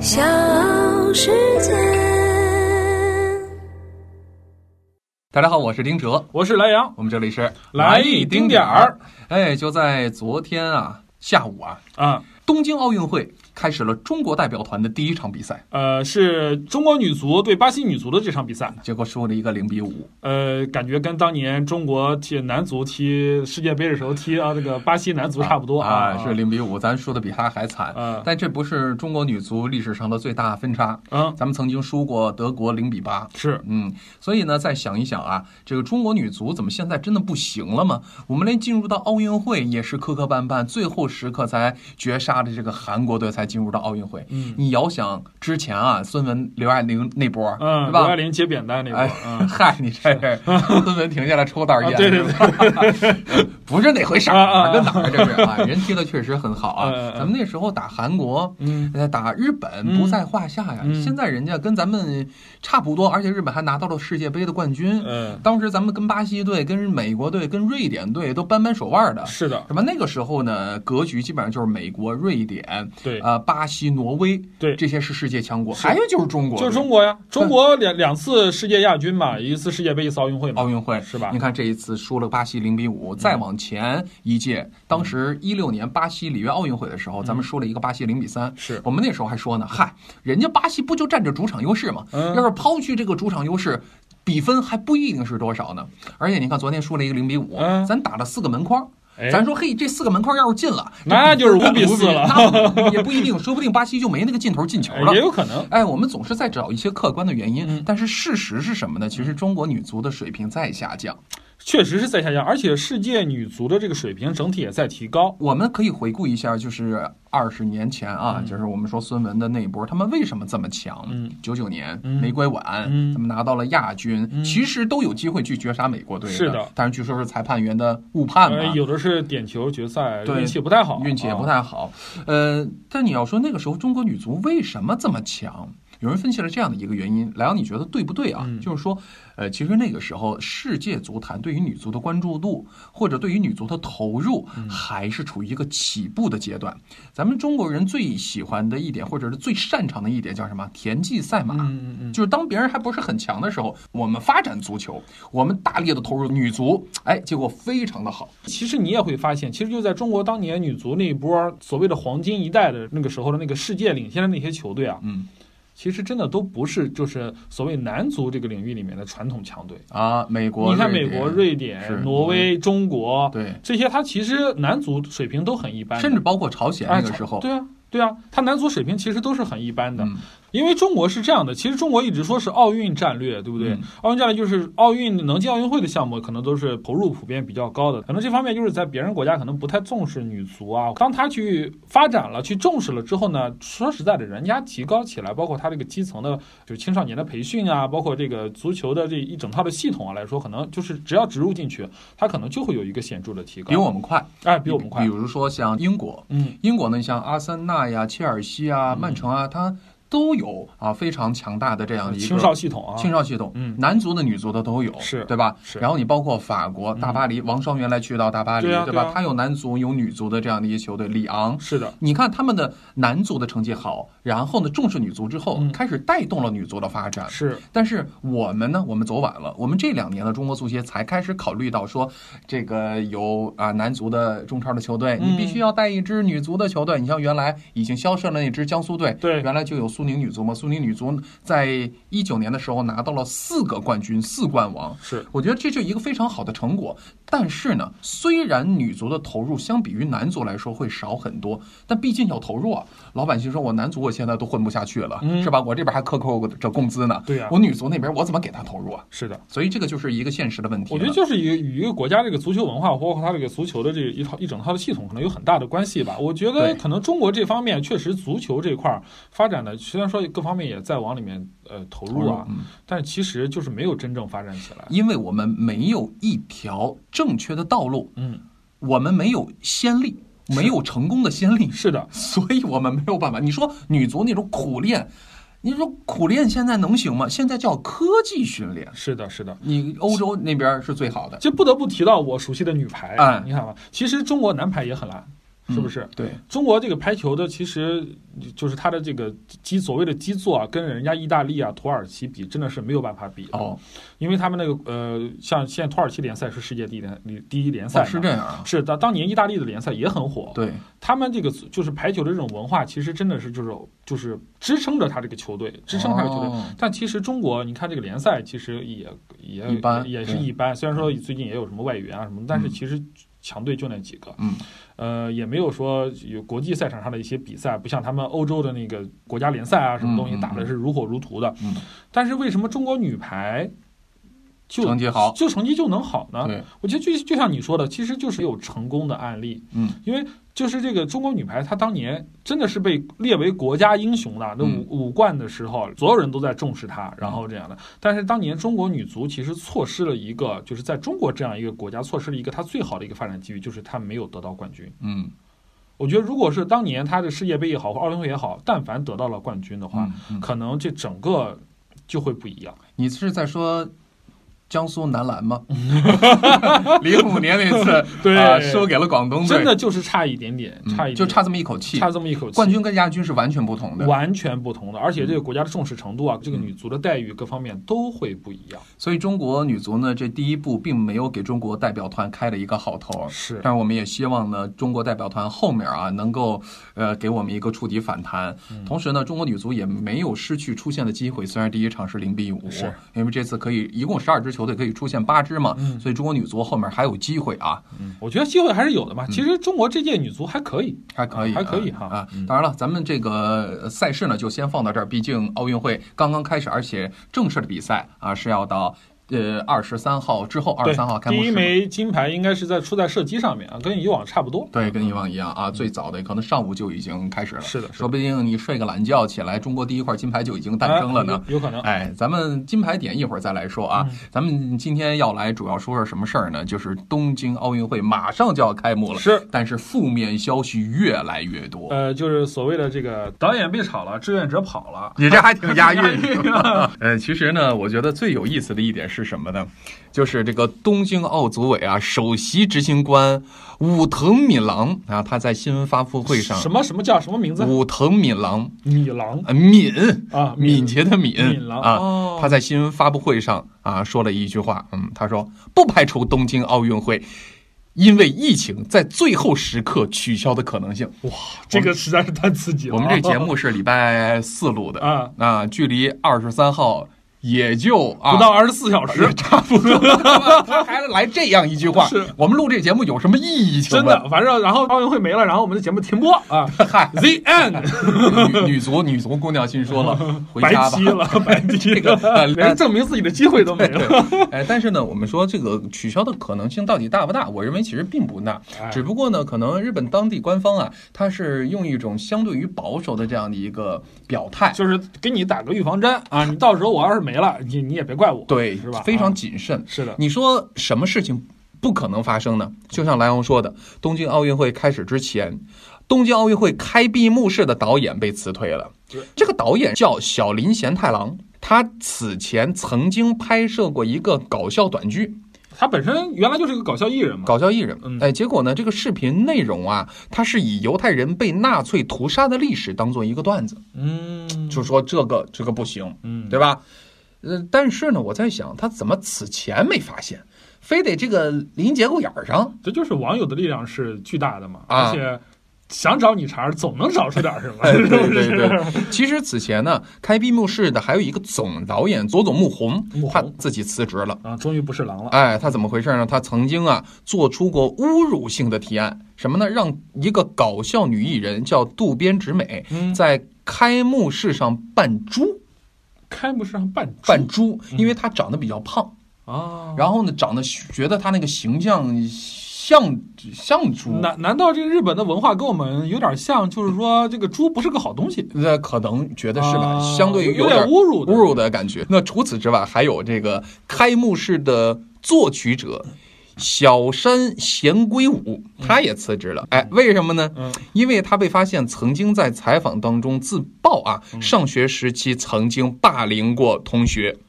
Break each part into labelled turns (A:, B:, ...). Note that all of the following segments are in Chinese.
A: 小世界。
B: 大家好，我是丁哲，
C: 我是莱阳，
B: 我们这里是
C: 来一丁点儿。
B: 哎，就在昨天啊下午啊，
C: 啊，
B: 东京奥运会开始了中国代表团的第一场比赛，
C: 呃，是中国女足对巴西女足的这场比赛，
B: 结果输了一个零比五。
C: 呃，感觉跟当年中国踢男足踢世界杯的时候踢啊这个巴西男足差不多
B: 啊，
C: 啊，
B: 是零比五，咱输的比他还惨。
C: 啊
B: 但这不是中国女足历史上的最大分差，
C: 嗯
B: 咱们曾经输过德国零比八。
C: 是
B: 嗯，所以呢，再想一想啊，这个中国女足怎么现在真的不行了吗？我们连进入到奥运会也是磕磕绊绊，最后时刻才绝杀的这个韩国队才进入到奥运会。
C: 嗯
B: 你遥想之前啊，孙雯、刘爱玲那波儿，
C: 嗯，
B: 是
C: 刘
B: 吧？
C: 爱玲接扁担那
B: 哎
C: 个， 嗯，
B: 嗨，你这 是孙文停下来抽袋烟，
C: 啊对对
B: 对， 不是那回事儿，
C: 啊啊
B: 哪跟哪儿这是啊？人踢的确实很好啊
C: 嗯嗯，嗯
B: 咱们那时候打韩国。
C: 嗯
B: 呃打日本
C: 嗯
B: 不在话下呀，
C: 嗯
B: 现在人家跟咱们差不多，而且日本还拿到了世界杯的冠军。
C: 嗯，
B: 当时咱们跟巴西队、跟美国队、跟瑞典队都扳扳手腕的。
C: 是的，
B: 什么那个时候呢，格局基本上就是美国、瑞典、
C: 对，
B: 呃巴西、挪威，
C: 对
B: 这些是世界强国，
C: 是
B: 还有就是中国，
C: 就是中 国呀，中国两两次世界亚军嘛，一次世界杯，一次奥运会嘛，
B: 奥运会
C: 是吧嗯
B: 你看这一次输了巴西零比五，再往前一届，当时一六年巴西里约奥运会的时候，咱们输了一个巴西零比三。
C: 嗯是
B: 我们那时候还说呢，嗨，人家巴西不就占着主场优势吗？
C: 嗯
B: 要是抛去这个主场优势。比分还不一定是多少呢，而且你看昨天输了一个零比五、
C: 嗯
B: 咱打了四个门框，
C: 哎
B: 咱说嘿，这四个门框要是进了，
C: 那
B: 这分
C: 就是五比四了
B: 那也不一定，说不定巴西就没那个劲头进球
C: 哎
B: 了
C: 也。有可能，
B: 哎，我们总是在找一些客观的原因，
C: 嗯
B: 但是事实是什么呢？其实中国女足的水平在下降。
C: 确实是在下降，而且世界女足的这个水平整体也在提高，
B: 我们可以回顾一下，就是二十年前啊，就是我们说孙雯的那一波，他们为什么这么强？
C: 嗯
B: 九九年
C: 嗯
B: 玫瑰碗，
C: 嗯
B: 他们拿到了亚军，其实都有机会去绝杀美国队
C: 是的
B: 但是据说是裁判员的误判嘛
C: 呃，，有的是点球决赛，
B: 对
C: 运气不太好，
B: 运气也
C: 啊
B: 不太好。呃，但你要说那个时候中国女足为什么这么强？有人分析了这样的一个原因，莱昂，你觉得对不对啊？就是说，呃，其实那个时候世界足坛对于女足的关注度，或者对于女足的投入，还是处于一个起步的阶段。咱们中国人最喜欢的一点，或者是最擅长的一点叫什么？田忌赛马。
C: 嗯嗯嗯，
B: 就是当别人还不是很强的时候，我们发展足球，我们大力的投入女足，哎，结果非常的好。
C: 其实你也会发现，其实就在中国当年女足那一波所谓的黄金一代的那个时候的那个世界领先的那些球队啊，
B: 嗯，
C: 其实真的都不是就是所谓男足这个领域里面的传统强队。
B: 啊，美国，
C: 你看美
B: 典
C: 国、瑞
B: 是
C: 典、挪威、中国
B: 对，
C: 这些，它其实男足水平都很一般的，
B: 甚至包括朝鲜
C: 哎
B: 那个时候，
C: 对啊。对啊，它男足水平其实都是很一般的，
B: 嗯
C: 因为中国是这样的，其实中国一直说是奥运战略，对不对？
B: 嗯
C: 奥运战略就是奥运能进奥运会的项目，可能都是投入普遍比较高的，可能这方面就是在别人国家可能不太重视女足啊。当他去发展了、去重视了之后呢，说实在的，人家提高起来，包括他这个基层的，就是青少年的培训啊，包括这个足球的这一整套的系统啊来说，可能就是只要植入进去，他可能就会有一个显著的提高。
B: 比我们快，
C: 哎，比我们快
B: 比，如说像英国，
C: 嗯，
B: 英国呢，像阿森纳呀、切尔西啊、曼城啊，它都有啊非常强大的这呃样的一个
C: 青少系统啊，
B: 青少系统，
C: 嗯
B: 男足的、女足的都有，
C: 是
B: 对吧？
C: 是嗯
B: 然后你包括法国大巴黎，王霜原来去到大巴黎，
C: 对啊对
B: 吧
C: 啊？
B: 他有男足有女足的这样的一些球队，里昂。
C: 是的，
B: 你看他们的男足的成绩好，然后呢重视女足之后，
C: 嗯
B: 开始带动了女足的发展。
C: 是
B: 但是我们呢，我们走晚了。我们这两年的中国足协才开始考虑到说，这个有啊男足的中超的球队，
C: 嗯
B: 你必须要带一支女足的球队。你像原来已经消失了那支江苏队，
C: 对
B: 原来就有苏宁女足嘛。苏宁女足在一九年的时候拿到了四个冠军，四冠王。
C: 是。
B: 我觉得这就一个非常好的成果，但是呢，虽然女足的投入相比于男足来说会少很多，但毕竟要投入啊。老百姓说我男足我现在都混不下去了，
C: 嗯
B: 是吧？我这边还克扣着工资呢，
C: 对呀
B: 我女足那边我怎么给他投入啊？
C: 是的，
B: 所以这个就是一个现实的问题了。
C: 我觉得就是与与一个国家这个足球文化，包括它这个足球的这一套一整套的系统，可能有很大的关系吧。我觉
B: 对
C: 得可能中国这方面确实足球这块儿发展的，虽然说各方面也在往里面呃投入啊，
B: 嗯
C: 但其实就是没有真正发展起来。
B: 因为我们没有一条正确的道路，
C: 嗯，
B: 我们没有先例，没有成功的先例，
C: 是的，
B: 所以我们没有办法。你说女足那种苦练，你说苦练现在能行吗？现在叫科技训练，
C: 是的，是的。
B: 你欧洲那边是最好的。
C: 这不得不提到我熟悉的女排，
B: 哎嗯
C: 你看吧，其实中国男排也很烂。是不是？
B: 对，
C: 中国这个排球的，其实就是它的这个基所谓的基座啊，跟人家意大利啊、土耳其比，真的是没有办法比，
B: 哦，
C: 因为他们那个呃，像现在土耳其联赛是世界第一联第一联赛
B: 哦
C: 嘛，
B: 是这样啊，
C: 是当当年意大利的联赛也很火，
B: 对，
C: 他们这个就是排球的这种文化，其实真的是就是就是支撑着他这个球队，支撑他这个球队。
B: 哦
C: 但其实中国，你看这个联赛，其实也也
B: 一般嗯
C: 也是一般。虽然说最近也有什么外援啊什么，但是其实强队就那几个，
B: 嗯，
C: 呃，也没有说有国际赛场上的一些比赛，不像他们欧洲的那个国家联赛啊什么东西
B: 嗯嗯
C: 打的是如火如荼的。
B: 嗯
C: 但是为什么中国女排就啊
B: 成绩好
C: 就成绩就能好呢？
B: 对，
C: 我觉得就就像你说的，其实就是有成功的案例，
B: 嗯，
C: 因为就是这个中国女排，她当年真的是被列为国家英雄的，那
B: 嗯
C: 五、五冠的时候，所有人都在重视她，然后这样的。但是当年中国女足其实错失了一个，就是在中国这样一个国家错失了一个她最好的一个发展机遇，就是她没有得到冠军。
B: 嗯，
C: 我觉得如果是当年她的世界杯也好，或奥运会也好，但凡得到了冠军的话，
B: 嗯嗯
C: 可能这整个就会不一样。
B: 你是在说江苏男篮 吗？零五年那次，
C: 对
B: 啊输给了广东队，
C: 真的就是差一点点，
B: 嗯
C: 差一点点、
B: 就差这么一口气，
C: 差这么一口气。
B: 冠军嗯跟亚军是完全不同的。
C: 完全不同的，而且这个国家的重视程
B: 嗯
C: 度啊，这个女足的待遇各方面都会不一样。
B: 所以中国女足呢，这第一步并没有给中国代表团开了一个好头。
C: 是
B: 但是我们也希望呢，中国代表团后面啊能够呃给我们一个触底反弹。
C: 嗯
B: 同时呢，中国女足也没有失去出线的机会，虽然第一场是零比五
C: 是，
B: 因为这次可以一共十二支球队可以出现八支嘛，
C: 嗯
B: 所以中国女足后面还有机会啊。
C: 我觉得机会还是有的
B: 嗯
C: 嘛。其实中国这届女足还可以，
B: 还可以，
C: 还可以哈嗯
B: 啊！当然了，咱们这个呃赛事呢就先放到这儿，毕竟奥运会刚刚开始，而且正式的比赛啊是要到呃二十三号之后，二
C: 对
B: 十三号开幕
C: 第一
B: 式嘛。
C: 枚金牌应该是在出在射击上面啊，跟以往差不多。
B: 对，跟以往一样啊，最早的可能上午就已经开始了。
C: 是的是的
B: 说不定你睡个懒觉起来，中国第一块金牌就已经诞生了呢
C: 哎。嗯有有可能。
B: 哎，咱们金牌点一会儿再来说啊。咱们今天要来主要说说什么事儿呢？就是东京奥运会马上就要开幕了，
C: 是，
B: 但是负面消息越来越多。
C: 呃，就是所谓的这个导演被炒了，志愿者跑了。
B: 你这还挺押 韵。
C: 啊
B: 呃，其实呢，我觉得最有意思的一点是什么呢？就是这个东京奥组委啊，首席执行官武藤敏郎啊，他在新闻发布会上，
C: 什么什么叫什么名字？
B: 武藤敏郎，
C: 米郎
B: 呃，敏
C: 啊，
B: 敏捷的敏
C: 敏郎
B: 啊，
C: 哦
B: 他在新闻发布会上啊说了一句话，嗯，他说不排除东京奥运会。因为疫情在最后时刻取消的可能性。
C: 哦这个实在是太刺激了。
B: 我们这节目是礼拜四录的
C: 啊，
B: 啊，距离二十三号也就啊
C: 不到二十四小 时，
B: 差不多。他还来这样一句话
C: 是：
B: 我们录这节目有什么意义？请
C: 真
B: 问
C: 的，反正然后奥运会没了，然后我们的节目停播啊
B: 嗨，
C: ，The End。
B: 女女足女足姑娘心说 了， 回
C: 白
B: 家吧呃
C: 踢。 了，哎白踢
B: 啊
C: 了，连证明自己的机会都没了。
B: 哎，但是呢，我们说这个取消的可能性到底大不大？我认为其实并不大
C: 哎，
B: 只不过呢，可能日本当地官方啊，他是用一种相对于保守的这样的一个表态，
C: 就是给你打个预防针啊，你到时候我要是没了，你你也别怪我，
B: 对
C: 是吧？，
B: 非常
C: 啊
B: 谨慎。
C: 是的，
B: 你说什么事情不可能发生呢？就像莱昂说的，东京奥运会开始之前，东京奥运会开闭幕式的导演被辞退了
C: 对。
B: 这个导演叫小林贤太郎，他此前曾经拍摄过一个搞笑短剧，
C: 他本身原来就是个搞笑艺人嘛，
B: 搞笑艺人
C: 嗯。
B: 哎，结果呢，这个视频内容啊，它是以犹太人被纳粹屠杀的历史当做一个段子，
C: 嗯，
B: 就说这个这个不行，
C: 嗯，
B: 对吧？呃，但是呢，我在想，他怎么此前没发现，非得这个临节骨眼儿上？
C: 这就是网友的力量是巨大的嘛，
B: 啊哎
C: 而且想找你茬儿，总能找出点儿什么，是
B: 对
C: 不
B: 对
C: 是？
B: 对， 其实此前呢，开闭幕式的还有一个总导演佐佐木宏
C: 木宏，
B: 他自己辞职了。
C: 啊，终于不是狼了，
B: 哎，他怎么回事呢？他曾经啊做出过侮辱性的提案，什么呢？让一个搞笑女艺人叫渡边直美
C: 嗯
B: 在开幕式上扮猪，
C: 开幕式上扮猪
B: 扮猪，因为她长得比较胖。
C: 啊，
B: 然后呢，长得觉得他那个形象像像猪，
C: 难难道这个日本的文化跟我们有点像？就是说这个猪不是个好东西，
B: 那可能觉得是吧？
C: 啊
B: 相对于
C: 有
B: 点
C: 点侮辱的
B: 侮辱的感觉。那除此之外，还有这个开幕式的作曲者。小山贤圭吾，他也辞职了。哎，为什么呢？
C: 嗯
B: 因为他被发现曾经在采
C: 嗯
B: 访当中自曝啊，上学时期曾经霸凌过同学。
C: 足。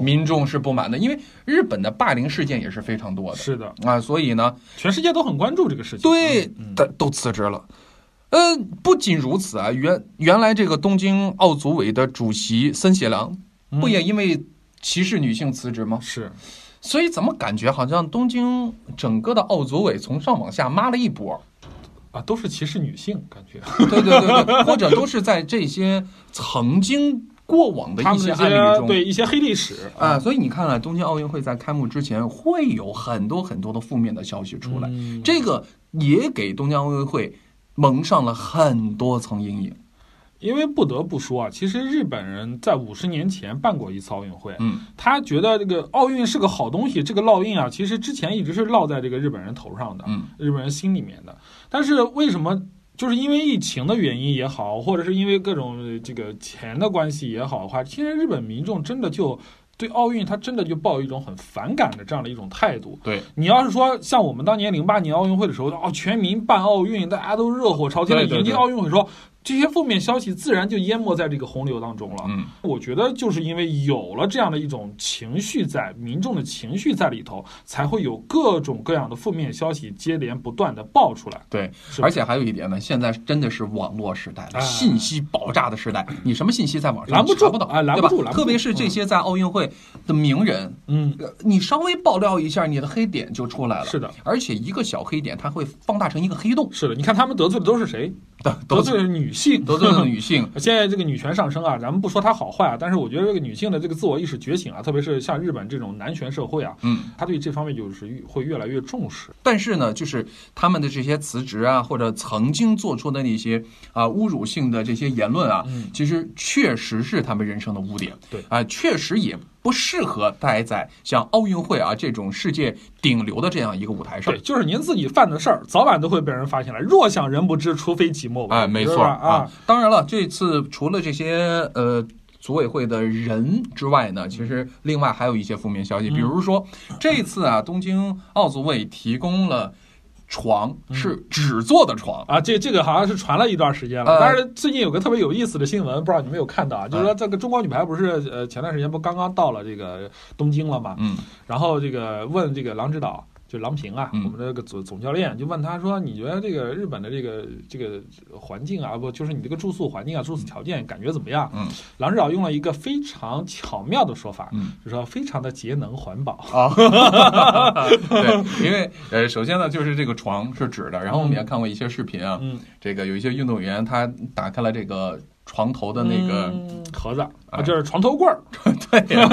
B: 民众是不满的，因为日本的霸凌事件也是非常多的
C: 是的，
B: 啊，所以呢，
C: 全世界都很关注这个事情。
B: 对
C: 嗯，嗯
B: 他都辞职了。呃，不仅如此啊，原原来这个东京奥组委的主席森喜朗
C: 嗯
B: 不也因为歧视女性辞职吗？
C: 是
B: 所以怎么感觉好像东京整个的奥组委从上往下抹了一波？
C: 啊，都是歧视女性，感觉
B: 对对对对，或者都是在这些曾经过往的
C: 他
B: 一
C: 们
B: 些
C: 这
B: 案例
C: 些
B: 中。
C: 对一些黑历史
B: 啊，所以你看啊，东京奥运会在开幕之前会有很多很多的负面的消息出来，
C: 嗯
B: 这个也给东京奥运会蒙上了很多层阴影。
C: 因为不得不说啊，其实日本人在五十年前办过一次奥运会，
B: 嗯，
C: 他觉得这个奥运是个好东西，这个烙印啊，其实之前一直是烙在这个日本人头上的，
B: 嗯，
C: 日本人心里面的。但是为什么？就是因为疫情的原因也好，或者是因为各种呃这个钱的关系也好的话，其实日本民众真的就对奥运，他真的就抱一种很反感的这样的一种态度。
B: 对，
C: 你要是说像我们当年零八年奥运会的时候，哦，全民办奥运，大家都热火朝天的
B: 对对
C: 迎接
B: 对
C: 奥运会的时候，这些负面消息自然就淹没在这个洪流当中了。
B: 嗯，
C: 我觉得就是因为有了这样的一种情绪在，民众的情绪在里头，才会有各种各样的负面消息接连不断的爆出来。
B: 对，
C: 是
B: 而且还有一点呢，现在真的是网络时代了，
C: 哎
B: 信息爆炸的时代，你什么信息在网上
C: 拦不住
B: 查不到
C: 哎拦不
B: 对吧
C: 住拦不住
B: 特别是这些在奥运会的名人，
C: 嗯，
B: 呃你稍微爆料一下，你的黑点就出来了。
C: 是的，
B: 而且一个小黑点，它会放大成一个黑洞，
C: 是的，你看他们得罪的都是谁？得
B: 得
C: 罪
B: 罪
C: 的是女性，。
B: 得罪了女性
C: 现在这个女权上升啊，咱们不说它好坏啊，但是我觉得这个女性的这个自我意识觉醒啊，特别是像日本这种男权社会啊，
B: 嗯，
C: 她对这方面就是越会越来越重视。
B: 但是呢，就是他们的这些辞职啊，或者曾经做出的那些啊、侮辱性的这些言论啊，
C: 嗯
B: 其实确实是他们人生的污点。
C: 对
B: 啊、确实也不适合待在像奥运会啊这种世界顶流的这样一个舞台上啊
C: 对，。就是您自己犯的事儿，早晚都会被人发现来。若想人不知，除非己莫为。
B: 哎，没
C: 是
B: 错
C: 吧
B: 儿
C: 啊，，
B: 当然了，这次除了这些呃组委会的人之外
C: 嗯
B: 呢，其实另外还有一些负面消息，比如说这次啊，东京奥组委提供了床
C: 嗯
B: 是纸做的床，
C: 啊，这这个好像是传了一段时间了，
B: 呃
C: 但是最近有个特别有意思的新闻，不知道你们有看到啊？就是说这个中国女排不是呃前段时间不刚刚到了这个东京了嘛，
B: 嗯，
C: 然后这个问这个郎指导。就郎平啊，
B: 嗯
C: 我们这个总总教练就问他说：“你觉得这个日本的这个这个环境啊，不就是你这个住宿环境啊、住宿条件感觉怎么样？”
B: 嗯，
C: 郎指导用了一个非常巧妙的说法，
B: 嗯
C: 就说非常的节能环保。
B: 啊，对，因为呃，首先呢，就是这个床是纸的，然后我们也看过一些视频啊，
C: 嗯，
B: 这个有一些运动员他打开了这个床头的那个，
C: 嗯盒子啊，
B: 哎
C: 就是床头柜儿
B: 对呀，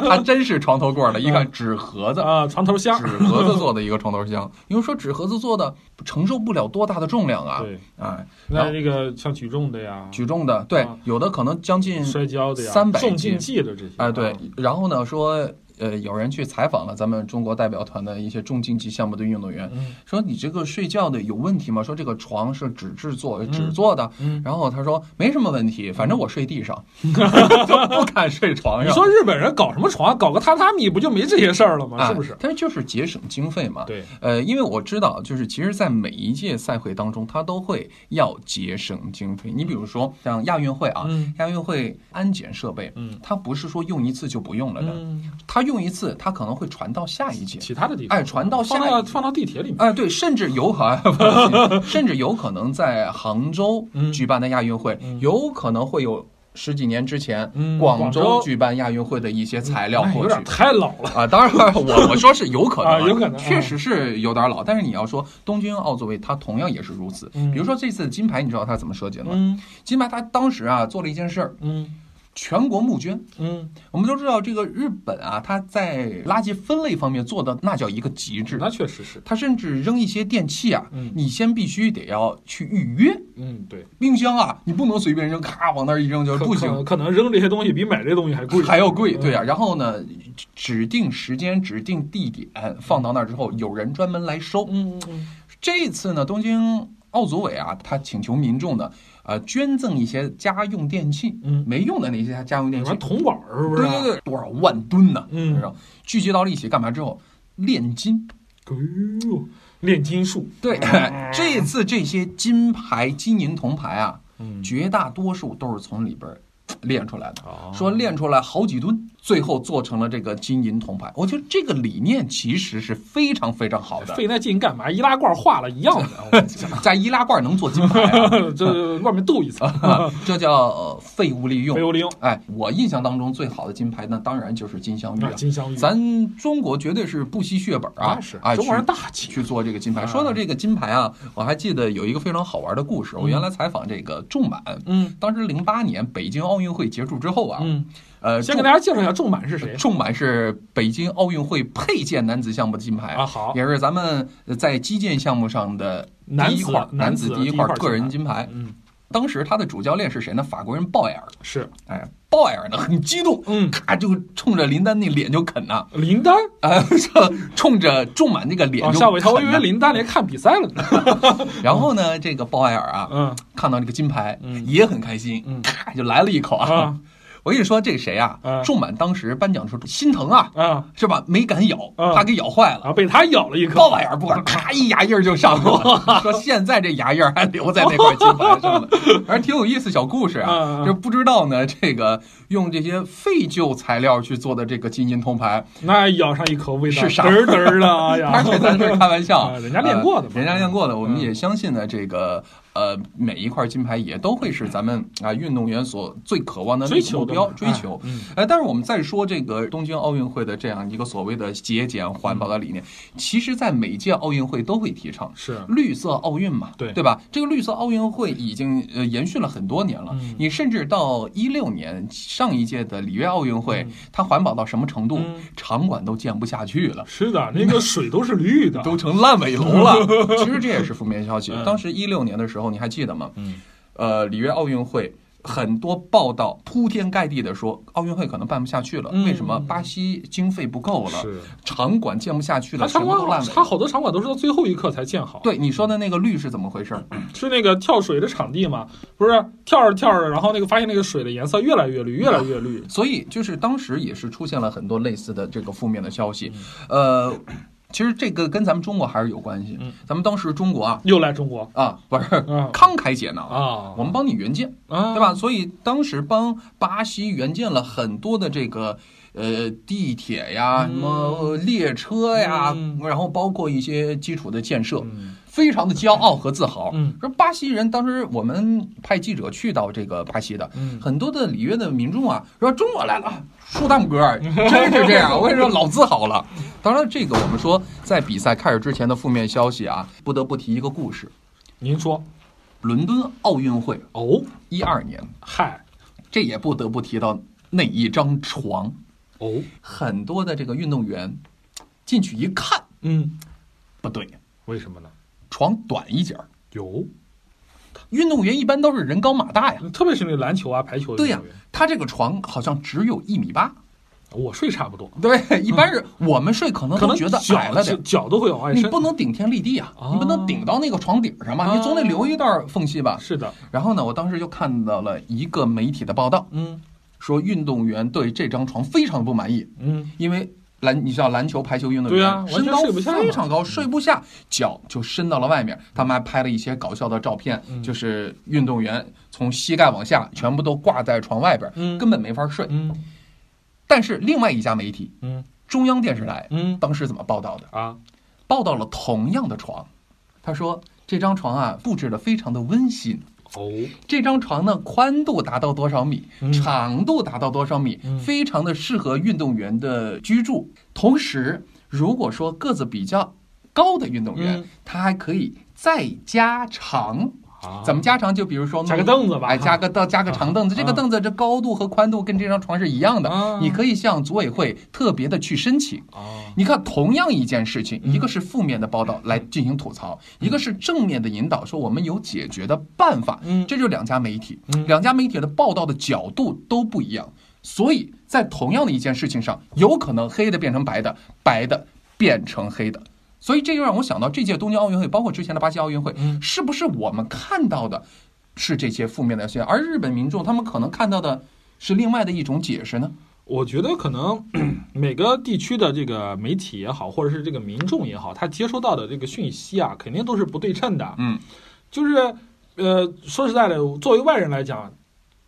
B: 他真是床头柜儿的一个纸盒 子，
C: 啊，床头箱
B: 纸。盒子做的一个床头箱。因为说纸盒子做的承受不了多大的重量啊，
C: 对，
B: 啊，然
C: 那
B: 后
C: 这个像举重的呀，
B: 举重的，对
C: 啊，
B: 有的可能将近，
C: 摔跤的呀，
B: 300
C: 重竞技的这些，啊
B: 哎，对，然后呢说。呃，有人去采访了咱们中国代表团的一些重竞技项目的运动员，
C: 嗯
B: 说你这个睡觉的有问题吗？说这个床是纸制作、
C: 嗯
B: 纸做的，
C: 嗯。
B: 然后他说没什么问题，反正我睡地 上，就不敢睡床
C: 你
B: 上。
C: 说日本人搞什么床，搞个榻榻米不就没这些事儿了吗？
B: 哎
C: 是不是？
B: 但是就是节省经费嘛。
C: 对，
B: 呃，因为我知道，就是其实，在每一届赛会当中，它都会要节省经费。你比如说像亚运会啊，
C: 嗯
B: 亚运会安检设备，
C: 嗯
B: 它不是说用一次就不用了的，
C: 嗯，
B: 它用一次，它可能会传到下一届。
C: 其他的地方，
B: 哎传到下
C: 放到放到地铁里面，
B: 哎，对，甚至有可， 能，甚至有可能在杭州
C: 嗯
B: 举办的亚运会，
C: 嗯
B: 有可能会有十几年之前、
C: 嗯
B: 广
C: 广州
B: 州举办亚运会的一些材料
C: 哎
B: 获
C: 有
B: 取。
C: 点太老了。
B: 啊，当然了，我我说是有可能、
C: 啊有可能
B: 确实是有点老。但是你要说东京奥组委，它同样也是如此。
C: 嗯
B: 比如说这次的金牌，你知道它怎么设计的吗？
C: 嗯
B: 金牌它当时啊做了一件事儿，
C: 嗯
B: 全国募捐。
C: 嗯，
B: 我们都知道这个日本啊，它在垃圾分类方面做的那叫一个极致。
C: 那确实是，
B: 它甚至扔一些电器啊，
C: 嗯
B: 你先必须得要去预约。
C: 嗯对，
B: 冰箱啊，你不能随便扔，咔往那儿一扔就
C: 可
B: 不
C: 可
B: 行，
C: 可能扔这些东西比买这些东西还贵，
B: 还要贵，对呀、
C: 嗯
B: 然后呢，指定时间、指定地点放到那儿之后，有人专门来收。
C: 嗯嗯
B: 这次呢，东京奥组委啊，他请求民众呢，呃，捐赠一些家用电器，
C: 嗯
B: 没用的那些家用
C: 嗯，
B: 电器
C: 什么，铜碗儿是不是？啊
B: 对对对，多少万吨呢、
C: 嗯
B: 是吧聚集到了一起干嘛之后，炼金。
C: 对，哎呦，炼金术，
B: 对，
C: 嗯
B: 这次这些金牌、金银、铜牌啊，
C: 嗯
B: 绝大多数都是从里边儿炼出来的。
C: 哦
B: 说炼出来好几吨，最后做成了这个金银铜牌。我觉得这个理念其实是非常非常好的，
C: 费那劲干嘛？易拉罐化了一样 的，我跟你讲
B: 在易拉罐能做金牌、 啊，
C: 这外面镀一层，
B: 这叫呃废物啊利用
C: 废。物利用。
B: 哎，我印象当中最好的金牌，那当然就是金镶玉、
C: 啊
B: 啊。
C: 金镶玉，
B: 咱中国绝对是不惜血本啊
C: 那是，
B: 啊，
C: 中国人
B: 去
C: 大气
B: 去做这个金牌。
C: 啊
B: 说到这个金牌啊，我还记得有一个非常好玩的故事。我原来采访这个仲满，
C: 嗯
B: 当时零八年北京奥运会结束之后啊，
C: 嗯，
B: 呃，
C: 先给大家介绍一下仲满是谁
B: 仲仲满是北京奥运会佩剑男子项目的金牌
C: 啊？，好，
B: 也是咱们在击剑项目上的
C: 男
B: 第一
C: 子
B: 块
C: 男
B: 男子
C: 子
B: 第
C: 第一
B: 块
C: 块
B: 个人
C: 金
B: 金牌。
C: 嗯，
B: 当时他的主教练是谁呢？法国人鲍埃尔。
C: 是，
B: 哎，鲍埃尔呢很激动，
C: 嗯，
B: 咔就冲着林丹那脸就啃呐、
C: 林丹
B: 啊， 说冲着仲满那个脸
C: 啊，
B: 就
C: 吓我一跳，我以
B: 啃
C: 为
B: 呐。
C: 林丹连看比赛了呢。
B: 啊然后呢，这个鲍埃尔啊，
C: 嗯
B: 看到这个金牌
C: 嗯
B: 也很开心，
C: 嗯
B: 咔就来了一口啊
C: 啊。
B: 我跟你说，这谁啊
C: 啊？
B: 仲满当时颁奖的时候心疼啊，
C: 啊
B: 是吧？没敢咬，
C: 啊
B: 怕给咬坏了。
C: 啊，被他咬了一口
B: 鲍威尔不 管咔一牙印儿就上了，说现在这牙印儿还留在那块金牌上 了，反正挺有意思小故事
C: 嗯
B: 啊。
C: 嗯
B: 就不知道呢，这个用这些废旧材料去做的这个金银铜牌，
C: 那咬上一口味道
B: 是啥
C: 嘚儿嘚儿的，哎
B: 而且咱这
C: 呀，
B: 开玩笑
C: 啊，人家练过的嘛
B: 呃人家练过的，我们
C: 嗯
B: 也相信呢，这个呃每一块金牌也都会是咱们啊运动员所最渴望的那个
C: 追求
B: 目
C: 的
B: 标
C: 嘛
B: 追求。
C: 嗯
B: 哎，但是我们再说这个东京奥运会的这样一个所谓的节俭环保的理念，其实在每届奥运会都会提倡。
C: 是
B: 绿色奥运嘛，
C: 对
B: 对吧？这个绿色奥运会已经呃延续了很多年了。
C: 嗯
B: 你甚至到一六年上一届的里约奥运会，它环保到什么程度？
C: 嗯
B: 场馆都建不下去了。
C: 是的，那个水 都是绿的，
B: 都成烂尾楼了。 其实这也是负面消息。
C: 嗯
B: 当时一六年的时候，你还记得吗？
C: 嗯，
B: 呃，里约奥运会。很多报道铺天盖地的说，奥运会可能办不下去了。
C: 嗯
B: 为什么？巴西经费不够了，
C: 是。
B: 场馆建不下去
C: 他
B: 了，全
C: 场
B: 部都
C: 馆
B: 烂
C: 他
B: 尾。
C: 好多场馆都是到最后一刻才建好，
B: 对你说的那个绿是怎么回事？
C: 是那个跳水的场地嘛，不是跳着跳着，然后那个发现那个水的颜色越来越绿，越来越绿，
B: 所以就是当时也是出现了很多类似的这个负面的消息。
C: 嗯
B: 呃，其实这个跟咱们中国还是有关系
C: 嗯。
B: 咱们当时中国啊
C: 又来中国
B: 啊不是
C: 嗯
B: 慷慨解囊，
C: 啊，
B: 我们帮你援建。
C: 啊，
B: 对吧？所以当时帮巴西援建了很多的这个呃地铁呀、什么列车呀，
C: 嗯
B: 然后包括一些基础的建设，
C: 嗯
B: 非常的骄傲和自豪。
C: 嗯
B: 说巴西人当时我们派记者去到这个巴西的，
C: 嗯
B: 很多的里约的民众啊，说中国来了。树蛋哥 儿，真是这样！我跟你说，老自豪了。当然，这个我们说，在比赛开始之前的负面消息啊，不得不提一个故事。
C: 您说
B: 伦敦奥运会
C: 哦，
B: 一二年，
C: 嗨
B: 这也不得不提到那一张床，
C: 哦，
B: 很多的这个运动员进去一看，
C: 嗯，
B: 不对，
C: 为什么呢？
B: 床短一截儿。
C: 有，
B: 运动员一般都是人高马大呀，
C: 特别是那个篮球啊、排球的
B: 对
C: 运
B: 呀
C: 动员，，
B: 他这个床好像只有一米八，
C: 我睡差不多，
B: 对，一般是我们睡可能都
C: 可能
B: 觉得
C: 脚
B: 矮了点儿。
C: 脚都会往外
B: 你
C: 伸，
B: 不能顶天立地啊，
C: 哦
B: 你不能顶到那个床顶上嘛，
C: 啊
B: 你总得留一段缝隙吧。
C: 是的，
B: 然后呢，我当时就看到了一个媒体的报道，
C: 嗯
B: 说运动员对这张床非常不满意，
C: 嗯，
B: 因为篮，你知道篮球、排球运动员
C: 对啊完全
B: 身高
C: 睡不下嘛嗯
B: 非常高，睡不下，脚就伸到了外面。他们还拍了一些搞笑的照片，
C: 嗯
B: 就是运动员从膝盖往下全部都挂在床外边，
C: 嗯
B: 根本没法睡。
C: 嗯
B: 但是另外一家媒体
C: 嗯
B: 中央电视台
C: 嗯
B: 当时怎么报道的？
C: 啊，
B: 报道了同样的床，他说这张床啊布置的非常的温馨。
C: 哦，
B: 这张床呢，宽度达到多少米，
C: 嗯
B: 长度达到多少米，
C: 嗯
B: 非常的适合运动员的居住。同时，如果说个子比较高的运动员，
C: 嗯
B: 他还可以再加长。
C: 啊
B: 怎么加长？就比如说弄
C: 加个凳子吧
B: 哎，加个凳，加个长凳子。
C: 啊
B: 这个凳子这高度和宽度跟这张床是一样的，
C: 啊
B: 你可以向组委会特别的去申请。
C: 啊？
B: 你看，同样一件事情，
C: 嗯
B: 一个是负面的报道来进行吐槽，一个是正面的引导，说我们有解决的办法。
C: 嗯
B: 这就是两家媒体，
C: 嗯
B: 两家媒体的报道的角度都不一样，所以在同样的一件事情上，有可能黑的变成白的，白的变成黑的。所以这就让我想到，这届东京奥运会，包括之前的巴西奥运会，
C: 嗯
B: 是不是我们看到的是这些负面的消息，而日本民众他们可能看到的是另外的一种解释呢？
C: 我觉得可能 每个地区的这个媒体也好，或者是这个民众也好，他接收到的这个讯息啊，肯定都是不对称的。
B: 嗯，
C: 就是呃，说实在的，作为外人来讲，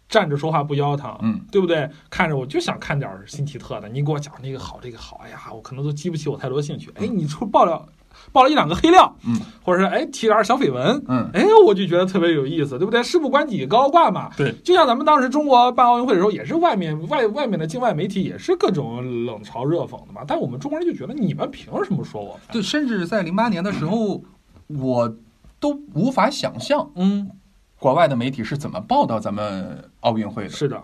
C: 站着说话不腰疼，
B: 嗯，
C: 对不对？看着我就想看点儿新奇特的，你给我讲这个好，这个好，哎呀，我可能都激不起我太多兴趣。哎，你出爆料，爆了一两个黑料，
B: 嗯，
C: 或者是哎提点儿小绯闻，
B: 嗯，
C: 哎，我就觉得特别有意思，对不对？事不关己高挂嘛。
B: 对
C: 就像咱们当时中国办奥运会的时候，也是外面外外面的境外媒体也是各种冷嘲热讽的嘛。但我们中国人就觉得你们凭什么说我们？
B: 对，甚至在零八年的时候，我都无法想象
C: 嗯，
B: 国外的媒体是怎么报道咱们奥运会的。
C: 是的。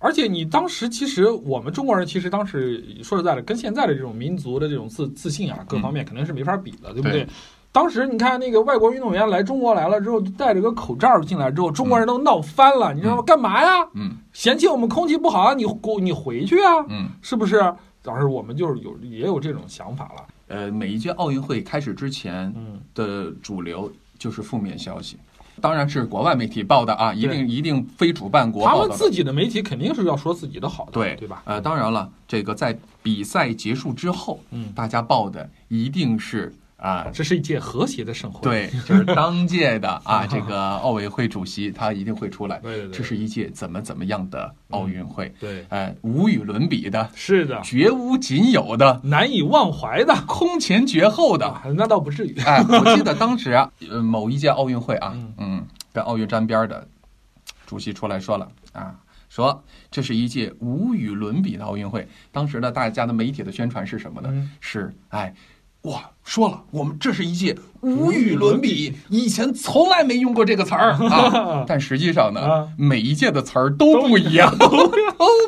C: 而且你当时其实我们中国人其实当时说实在的，跟现在的这种民族的这种自自信啊，各方面肯定是没法比的，对不对？
B: 对
C: 当时你看那个外国运动员来中国来了之后，就戴着个口罩进来之后，中国人都闹翻了，你知道吗？干嘛呀？
B: 嗯
C: 嫌弃我们空气不好啊？你回你回去啊？
B: 嗯，
C: 是不是？当时我们就是有也有这种想法了。
B: 呃，每一届奥运会开始之前
C: 嗯，
B: 的主流就是负面消息，当然是国外媒体报的啊，一定一定非主办国
C: 他
B: 报
C: 们
B: 道的。
C: 自己的媒体肯定是要说自己的好的，
B: 对
C: 对吧？
B: 呃，当然了，这个在比赛结束之后，
C: 嗯，
B: 大家报的一定是啊、
C: 这是一届和谐的盛会，
B: 对，就是当届 的啊，这个奥委会主席他一定会出来。
C: 对对对，嗯
B: 这是一届怎么怎么样的奥运会，
C: 对，
B: 哎，无与伦比的，
C: 是的，
B: 绝无仅有的，
C: 难以忘怀的。
B: 空前绝后的。
C: 啊，那倒不至于。
B: 哎，我记得当时啊，呃，某一届奥运会啊
C: 嗯，
B: 嗯，跟奥运沾边的主席出来说了啊，说这是一届无与伦比的奥运会。当时呢，大家的媒体的宣传是什么呢？
C: 嗯
B: 是哎。哇，说了，我们这是一届无与伦比，以前从来没用过这个词儿 啊。但实际上呢，
C: 啊
B: 每一届的词儿都不一样， 都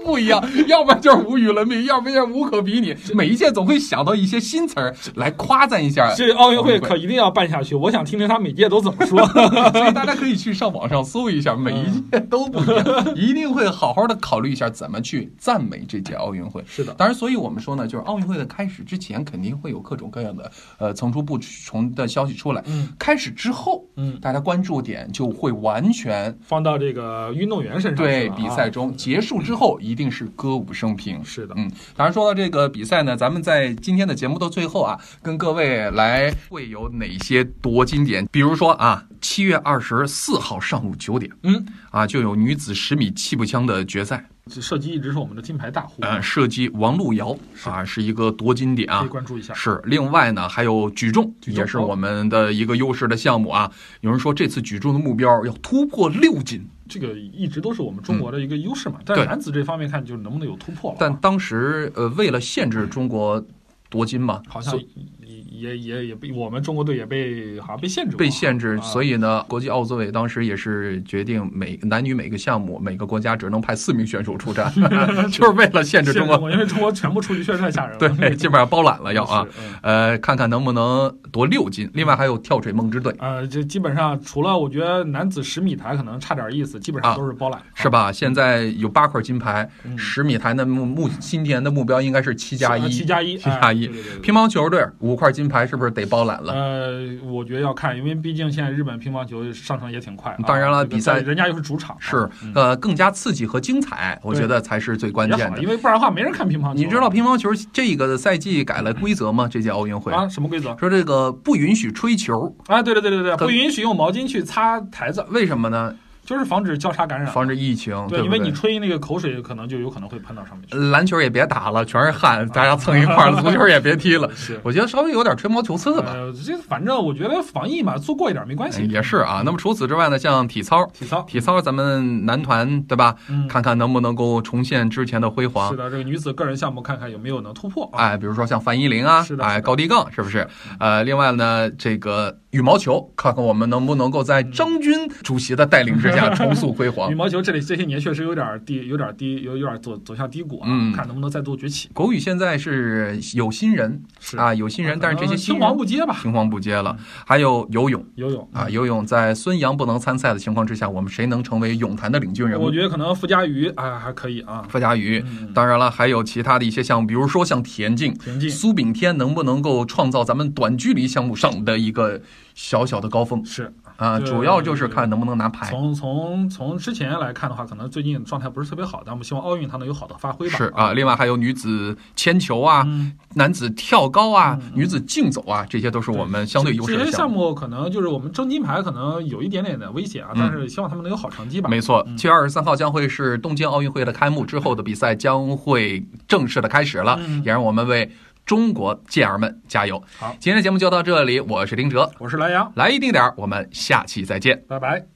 B: 不一样，要不然就是无与伦比，要不然就是无可比拟。每一届总会想到一些新词儿来夸赞一下
C: 这奥运会可一定要办下去，我想听听他每届都怎 么说。
B: 所以大家可以去上网上搜一下，每一
C: 嗯
B: 届都不一样，一定会好好的考虑一下怎么去赞美这届奥运会。
C: 是的，
B: 当然，所以我们说呢，就是奥运会的开始之前，肯定会有各种各样的呃层出不穷的消息出来。
C: 嗯
B: 开始之后，
C: 嗯，
B: 大家关注点就会完全
C: 放到这个运动员身上去
B: 对
C: 了啊
B: 比赛中。结束之后，一定是歌舞升平。
C: 是的，
B: 嗯，当然说到这个比赛呢，咱们在今天的节目的最后啊，跟各位来会有哪些夺金点？比如说啊，七月二十四号上午九点
C: 嗯，
B: 啊，就有女子十米气步枪的决赛，
C: 这射击一直是我们的金牌大户，
B: 呃，射击王璐瑶啊，是一个夺金点
C: 可以
B: 啊。
C: 关注一下。
B: 是，另外呢，还有举重，
C: 举重哦
B: 也是我们的一个优势的项目啊。有人说这次举重的目标要突破六斤，
C: 这个一直都是我们中国的一个优势嘛。但是男子这方面看，就是能不能有突破了啊。
B: 但当时呃，为了限制中国夺金嘛，
C: 好像
B: 所
C: 也也也也被我们中国队也被好像被限制过啊，
B: 被限制，
C: 啊
B: 所以呢，国际奥组委当时也是决定每男女每个项目每个国家只能派四名选手出 战，就是为了限制
C: 限制
B: 中国，
C: 过，因为中国全部出去确实太吓人了。
B: 对，基本上包揽了要啊
C: 是。，嗯
B: 呃，看看能不能夺六金。另外还有跳水梦之队，
C: 呃，这基本上除了我觉得男子十米台可能差点意思，基本上
B: 啊
C: 都是包揽，
B: 是
C: 吧？
B: 吧？现在有八块金牌，
C: 嗯
B: 十米台的目目今年的目标应该是七加
C: 啊七
B: 一。
C: 加一，
B: 七加一
C: 哎对对对对
B: 乒乓球队五块金牌是不是得包揽了？
C: 呃，我觉得要看，因为毕竟现在日本乒乓球上升也挺快啊。
B: 当然了
C: 这个
B: 比赛
C: 人家又是主场，
B: 是
C: 嗯，
B: 呃，更加刺激和精彩，我觉得才是最关
C: 也
B: 键
C: 好，
B: 的
C: 因。为不然的话没人看乒乓球。啊
B: 你知道乒乓球这个赛季改了规则吗？这届奥运会
C: 啊？什么规则？
B: 说这个不允许吹球，
C: 啊，对对对对对，
B: 可
C: 不允许用毛巾去擦台子，
B: 为什么呢？
C: 就是防止交叉感染。
B: 防止疫情，
C: 对，
B: 不
C: 因为你
B: 嗯对？
C: 吹那个口水，可能就有可能会喷到上面去。
B: 篮球也别打了，全是汗，大家蹭一块儿；足球也别踢 了。
C: 是，
B: 我觉得稍微有点吹毛求疵吧，
C: 呃，这反正我觉得防疫嘛，做过一点没关系。
B: 也是啊。那么除此之外呢，像体操，
C: 体操，
B: 体操咱们男团对吧？
C: 嗯，
B: 看看能不能够重现之前的辉
C: 是
B: 煌。
C: 的，这个女子个人项目看看有没有能突破啊。
B: 哎，比如说像范依琳啊
C: 是，的
B: 哎，高低杠是不是？呃，另外呢，这个羽毛球，看看我们能不能够
C: 嗯
B: 在张军主席的带领之下重塑辉煌
C: 羽。毛球这里这些年确实有点低，有点低，有有点走走向低谷啊，
B: 嗯
C: 看能不能再度崛起。
B: 国羽现在是有新人
C: 是
B: 啊，有新人，但是这些新
C: 青
B: 人
C: 黄不接嗯吧，
B: 青黄不接了。还有游泳
C: 游泳
B: 啊，。游泳在孙杨不能参赛的情况之下，我们谁能成为泳坛的领军人
C: 我
B: 物？
C: 觉得可能傅家瑜啊还可以啊，
B: 傅家瑜。
C: 嗯
B: 当然了，还有其他的一些项目，比如说像田径。
C: 田径
B: 苏炳添能不能够创造咱们短距离项目上的一个小小的高峰？
C: 是
B: 啊，
C: 对
B: 主要就是看能不能拿牌。
C: 从从从之前来看的话，可能最近状态不是特别好，但我们希望奥运它能有好的发挥吧。
B: 是啊，另外还有女子铅球啊，
C: 嗯，
B: 男子跳高啊，女子竞走啊，这些都是我们相对优势
C: 这
B: 的
C: 些
B: 项
C: 项
B: 目。
C: 目可能就是我们争金牌可能有一点点的危险啊，但是希望他们能有好成绩
B: 嗯
C: 吧。嗯
B: 没错，七月二十三号将会是东京奥运会的开幕，之后的比赛将会正式的开始了，
C: 嗯
B: 也让我们为中国健儿们加油。
C: 好
B: 今天的节目就到这里，我是丁哲，
C: 我是莱阳，
B: 来一定点儿，我们下期再见。
C: 拜拜。